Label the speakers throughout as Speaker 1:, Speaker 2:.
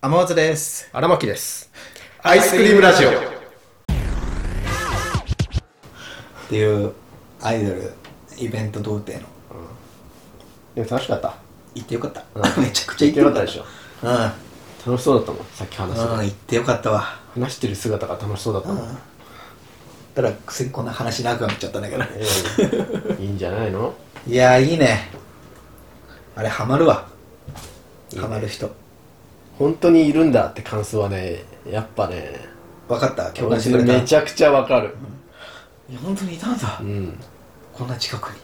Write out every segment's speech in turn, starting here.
Speaker 1: 天松です
Speaker 2: 荒牧です
Speaker 1: アイスクリームラジオ
Speaker 3: っていうアイドルイベント童貞の
Speaker 2: でも楽しかった
Speaker 3: 行ってよかった、
Speaker 2: う ん
Speaker 3: めちゃくちゃ行ってよかった
Speaker 2: でしょ
Speaker 3: うん
Speaker 2: 楽しそうだったもんさっき話して
Speaker 3: うん
Speaker 2: た
Speaker 3: 行ってよかったわ
Speaker 2: 話してる姿が楽しそうだったもん、
Speaker 3: ただせこんな話長くなっちゃったんだけど
Speaker 2: ええいいんじゃないの
Speaker 3: いやーいいねあれハマるわハマる人
Speaker 2: 本当にいるんだって感想はねやっぱね
Speaker 3: 分かった共感してくれた
Speaker 2: めちゃくちゃわかる
Speaker 3: いや本当にいたんだ、
Speaker 2: うん、
Speaker 3: こんな近くに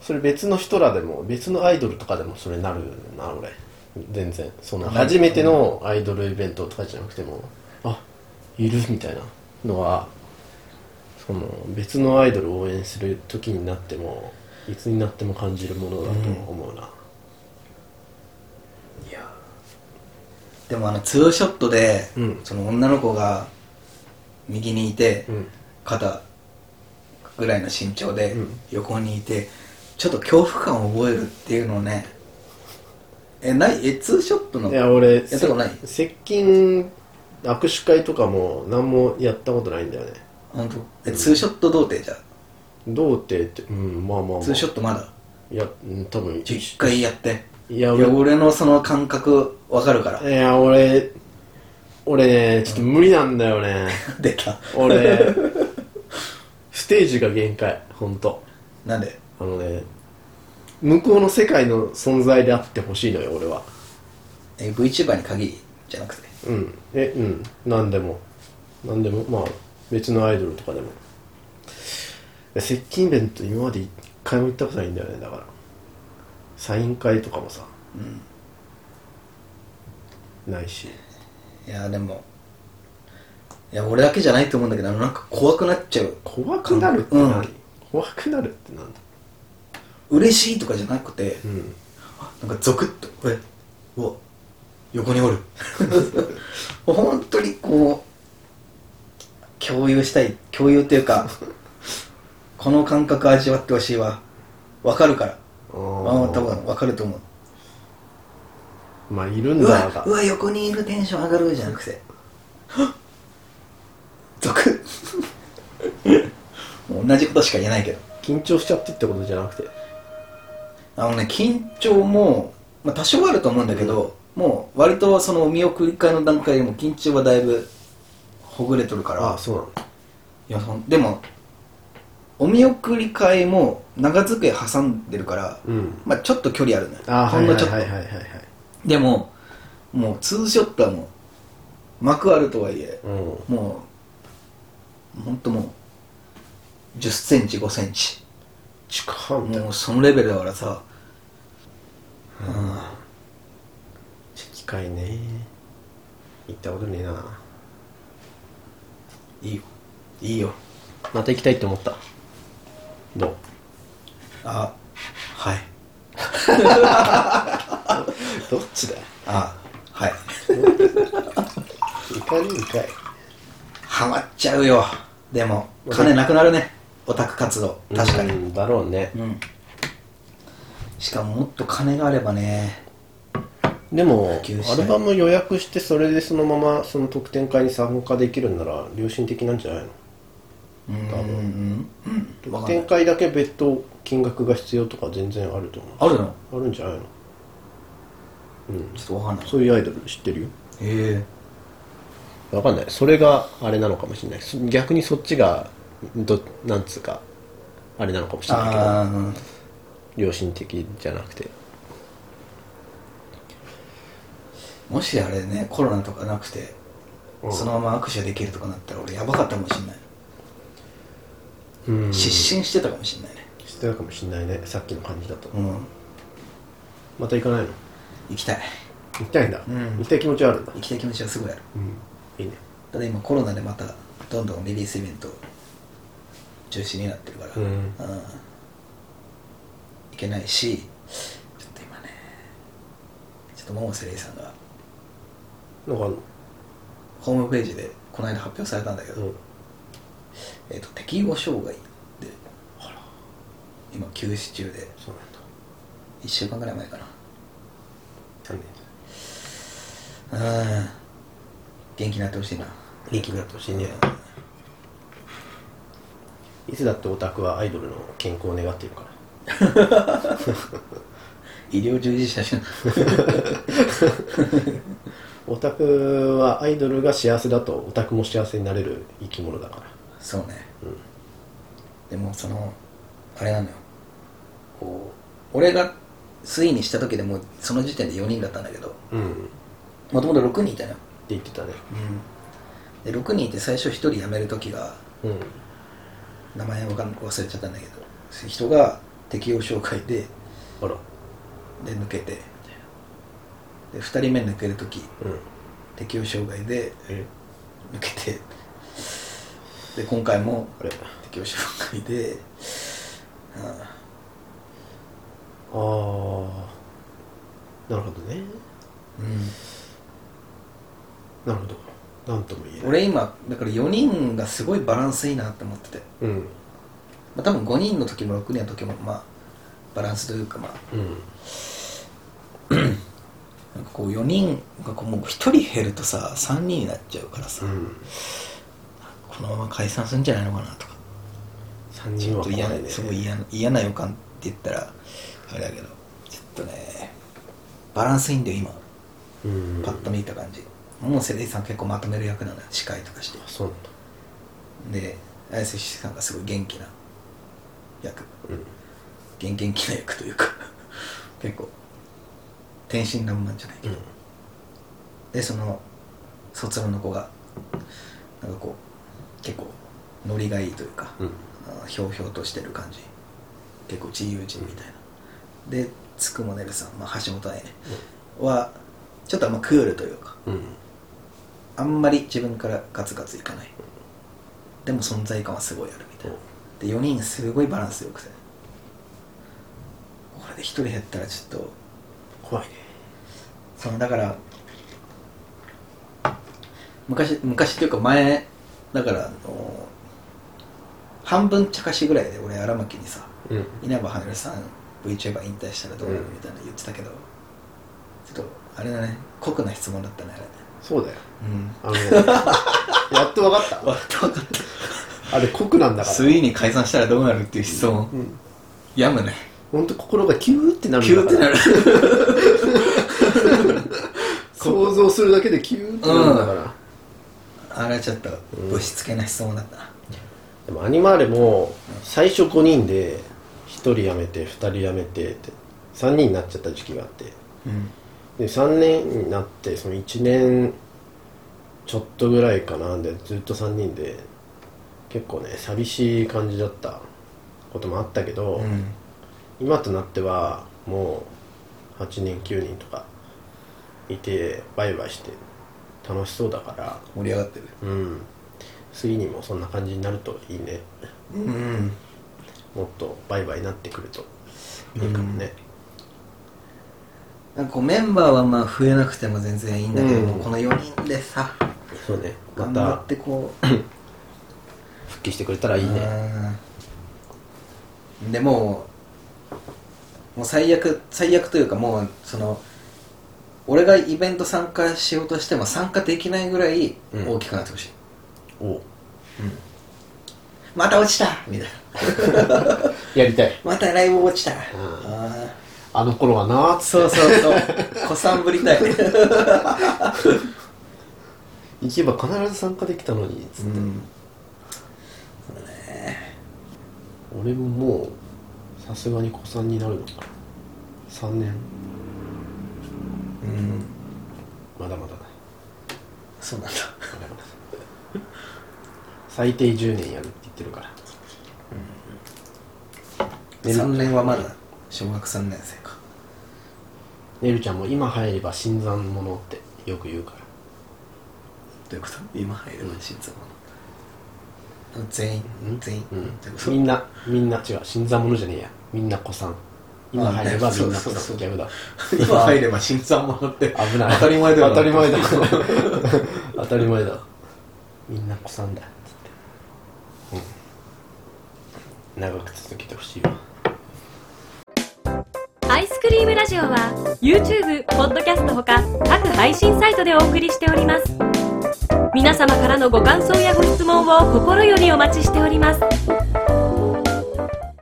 Speaker 2: それ別の人らでも別のアイドルとかでもそれなるな俺全然その
Speaker 3: る
Speaker 2: 初めてのアイドルイベントとかじゃなくてもあいるみたいなのはその別のアイドルを応援する時になってもいつになっても感じるものだと思うな、
Speaker 3: でもあのツーショットで、
Speaker 2: うん
Speaker 3: その女の子が右にいて、
Speaker 2: うん
Speaker 3: 肩ぐらいの身長で
Speaker 2: うん
Speaker 3: 横にいてちょっと恐怖感を覚えるっていうのをねえないえツーショットの
Speaker 2: いや俺
Speaker 3: やったことない
Speaker 2: せ接近握手会とかも何もやったことないんだよね
Speaker 3: 本当えツーショット童貞じゃ
Speaker 2: 童貞ってうんまあまあ、まあ、
Speaker 3: んツーショットまだ
Speaker 2: いやうん多分
Speaker 3: ちょ一回やって
Speaker 2: い
Speaker 3: い
Speaker 2: や
Speaker 3: や
Speaker 2: 俺
Speaker 3: 俺のその感覚わかるから
Speaker 2: いや俺俺ねちょっと無理なんだよね
Speaker 3: 出た
Speaker 2: 俺ステージが限界ほんと
Speaker 3: なんで
Speaker 2: あのね向こうの世界の存在であってほしいのよ俺は
Speaker 3: え VTuber に限りじゃなくて
Speaker 2: うんえうん何でも何でもまあ別のアイドルとかでもで接近イベント今まで一回も行ったことないんだよねだからサイン会とかもさ、ないし
Speaker 3: いやでもいや俺だけじゃないと思うんだけどあのなんか怖くなっちゃう
Speaker 2: 怖くなるって何、
Speaker 3: うん
Speaker 2: 怖くなるって何だ
Speaker 3: 嬉しいとかじゃなくて、
Speaker 2: うん
Speaker 3: なんかゾクッと「えうわ横におる」 本当にこう共有したい共有というかこの感覚味わってほしいわわかるから
Speaker 2: あ
Speaker 3: あ
Speaker 2: ー
Speaker 3: あ多分わかると思う
Speaker 2: まあいるん
Speaker 3: う
Speaker 2: だ
Speaker 3: わ
Speaker 2: が
Speaker 3: うわ横にいるテンション上がるじゃなくてはっ ゾクッ もう同じことしか言えないけど
Speaker 2: 緊張しちゃってってことじゃなくて
Speaker 3: あのね緊張も、まあ、多少はあると思うんだけど、もう割とそのお見送り会の段階でも緊張はだいぶほぐれとるから
Speaker 2: ああそうなの
Speaker 3: いやそんでもお見送り会も長机挟んでるから、
Speaker 2: うん
Speaker 3: まあ、ちょっと距離あるのよ
Speaker 2: ああ
Speaker 3: ほ
Speaker 2: は
Speaker 3: ん
Speaker 2: いは
Speaker 3: の
Speaker 2: い
Speaker 3: ちょっと、
Speaker 2: はいはいはいはい
Speaker 3: でももうツーショットはもう幕あるとはいえ
Speaker 2: うん
Speaker 3: もうほんともう1 0ンチ5 0ンチ
Speaker 2: 近みたい
Speaker 3: も
Speaker 2: な
Speaker 3: うそのレベルだからさ
Speaker 2: 近いね行ったことねえない
Speaker 3: いよいいよ
Speaker 2: また行きたいって思ったどう
Speaker 3: あはい
Speaker 2: どっちだよ
Speaker 3: あはい
Speaker 2: 行かねえんかい
Speaker 3: ハマっちゃうよでも金なくなるねオタク活動確かに
Speaker 2: うんだろうね
Speaker 3: うん、しかももっと金があればね
Speaker 2: でも
Speaker 3: 普及し
Speaker 2: ア
Speaker 3: たい
Speaker 2: ルバム予約してそれでそのままその特典会に参加できるんなら良心的なんじゃないの
Speaker 3: うんうんうんうんわ
Speaker 2: 特
Speaker 3: かんな
Speaker 2: 典
Speaker 3: い
Speaker 2: 会だけ別途金額が必要とか全然あると思う
Speaker 3: あるの
Speaker 2: あるんじゃないのうん
Speaker 3: ちょっとわかんないへ
Speaker 2: そういうアイドル知ってるよ
Speaker 3: え
Speaker 2: わかんないそれがあれなのかもしれないそ逆にそっちがどなんつうかあれなのかもしれないけど
Speaker 3: ああうん
Speaker 2: 良心的じゃなくて
Speaker 3: もしあれねコロナとかなくて、そのまま握手できるとかなったら俺やばかったかもしんない、
Speaker 2: うん知
Speaker 3: 失神してたかもしんないね
Speaker 2: ってたかもしれないねさっきの感じだと
Speaker 3: うん
Speaker 2: また行かないの
Speaker 3: 行きたい
Speaker 2: 行きたいんだ、
Speaker 3: ん
Speaker 2: 行きたい気持ちはあるんだ
Speaker 3: 行きたい気持ちはすごいある
Speaker 2: うんいいね
Speaker 3: ただ今コロナでまたどんどんリリースイベント中止になってるから、
Speaker 2: うん
Speaker 3: いけないしちょっと今ねちょっと百瀬玲さんが
Speaker 2: なんかあんの
Speaker 3: ホームページでこの間発表されたんだけど、
Speaker 2: うん
Speaker 3: えっと適応障害で今休止中で
Speaker 2: そうなんだ
Speaker 3: 1週間ぐらい前かな
Speaker 2: 残念
Speaker 3: うん元気になってほしいな
Speaker 2: 元気になってほしいねいつだってオタクはアイドルの健康を願っているから
Speaker 3: 医療従事者じゃん
Speaker 2: オタクはアイドルが幸せだとオタクも幸せになれる生き物だから
Speaker 3: そうね、でもそのあれなのよこう俺が推にした時でもうその時点で4人だったんだけど
Speaker 2: うんって
Speaker 3: もともと6人いたのよ、
Speaker 2: 言ってたね
Speaker 3: で6人いて最初1人辞める時が
Speaker 2: うん
Speaker 3: 名前わかん忘れちゃったんだけどそういう人が適用紹介で
Speaker 2: あら
Speaker 3: で抜けてで2人目抜ける時
Speaker 2: うん
Speaker 3: 適応障害で
Speaker 2: え
Speaker 3: 抜けてで今回も
Speaker 2: あれ
Speaker 3: 適応障害で
Speaker 2: ああなるほどね
Speaker 3: うん
Speaker 2: なるほどなんとも言えない
Speaker 3: 俺今だから4人がすごいバランスいいなって思ってて、
Speaker 2: うん
Speaker 3: まあ、多分5人の時も6人の時もまあバランスというかまあ
Speaker 2: うん
Speaker 3: なんかこう4人がこうもう1人減るとさ3人になっちゃうからさ、
Speaker 2: うん
Speaker 3: このまま解散するんじゃないのかなとか
Speaker 2: 3
Speaker 3: ちょ
Speaker 2: 人
Speaker 3: っ
Speaker 2: は
Speaker 3: と
Speaker 2: 来
Speaker 3: 嫌
Speaker 2: ない
Speaker 3: な
Speaker 2: ね
Speaker 3: すごい嫌な嫌な予感って言ったらあれだけどちょっとねバランスいいんだよ今
Speaker 2: うん
Speaker 3: パッと見た感じ、もうセレイさん結構まとめる役なのよ司会とかして
Speaker 2: あそうなんだ
Speaker 3: で綾瀬しさんがすごい元気な役
Speaker 2: うん
Speaker 3: 元元気な役というか 結構天真爛漫じゃないけ
Speaker 2: う
Speaker 3: ど、
Speaker 2: ん
Speaker 3: でその卒論の子がなんかこう結構ノリがいいというか、
Speaker 2: うん
Speaker 3: あーひょうひょうとしてる感じ結構自由人みたいな、でつくもねるさん、まあ、橋本愛ね、はちょっとあんまクールというか
Speaker 2: うん
Speaker 3: あんまり自分からガツガツいかないでも存在感はすごいあるみたいなで4人すごいバランスよくてこれで1人減ったらちょっと
Speaker 2: 怖いね
Speaker 3: そのだから昔昔っていうか前だからあの半分茶化しぐらいで俺荒牧にさ
Speaker 2: うん
Speaker 3: 稲葉はねるさん VTuber 引退したらどうなるみたいなの言ってたけど、ちょっとあれだね酷な質問だったねあれ
Speaker 2: そうだよ
Speaker 3: うん
Speaker 2: あの やっとわかった
Speaker 3: わかった
Speaker 2: あれ酷なんだから
Speaker 3: ついに解散したらどうなるっていう質問、
Speaker 2: うん
Speaker 3: やむね
Speaker 2: 本当心がキューってなる
Speaker 3: キ
Speaker 2: んだ
Speaker 3: ュー
Speaker 2: か
Speaker 3: っ
Speaker 2: ら
Speaker 3: てなる
Speaker 2: 想像するだけでキューってなるんだから、
Speaker 3: あれはちょっとぶしつけな質問だったな
Speaker 2: でもアニマーレも最初5人で1人辞めて2人辞めてって3人になっちゃった時期があって
Speaker 3: うん
Speaker 2: で3年になってその1年ちょっとぐらいかなでずっと3人で結構ね寂しい感じだったこともあったけど、
Speaker 3: うん
Speaker 2: 今となってはもう8人9人とかいてバイバイして楽しそうだから
Speaker 3: 盛り上がってる
Speaker 2: うん次にもそんな感じになるといいね
Speaker 3: うん
Speaker 2: もっとバイバイになってくるといいかもね、
Speaker 3: なんかこうメンバーはまあ増えなくても全然いいんだけど、
Speaker 2: うん
Speaker 3: この4人でさ
Speaker 2: そうねま
Speaker 3: 頑張ったてこ
Speaker 2: 復帰してくれたら
Speaker 3: う
Speaker 2: いいね
Speaker 3: うんでもうもう最悪最悪というかもうその俺がイベント参加しようとしても参加できないぐらい
Speaker 2: うん
Speaker 3: 大きくなってほしい、
Speaker 2: お
Speaker 3: また落ちたみたいな
Speaker 2: やりたい
Speaker 3: またライブ落ちた、あー
Speaker 2: あの頃はなーっつっ
Speaker 3: そうそうそう 子さんぶりたい、
Speaker 2: て行けば必ず参加できたのにつって、俺ももうさすがに子さんになるのか3年
Speaker 3: うん
Speaker 2: まだまだだ
Speaker 3: そうなんだ
Speaker 2: まだまだ 最低10年やるって言ってるから寝る
Speaker 3: 3年はまだ小学3年生か
Speaker 2: ねるちゃんも今入れば新参者ってよく言うから
Speaker 3: どういうこと今入れば新参者全員全員
Speaker 2: うん
Speaker 3: どういうこ、
Speaker 2: みん
Speaker 3: と
Speaker 2: なみんな違う新参者じゃねえやみんな子さん今入ればみんな子
Speaker 3: そうそう
Speaker 2: さ
Speaker 3: そ
Speaker 2: ん
Speaker 3: う
Speaker 2: 逆だ
Speaker 3: 今入れば新参者って
Speaker 2: 危ない
Speaker 3: 当たり前だよ
Speaker 2: 当たり前だ 当たり前だみんな子さんだっつって、うん、長く続けてほしいわ
Speaker 4: アアイスクリームラジオは YouTube、ポッドキャストほか各配信サイトでお送りしております皆様からのご感想やご質問を心よりお待ちしております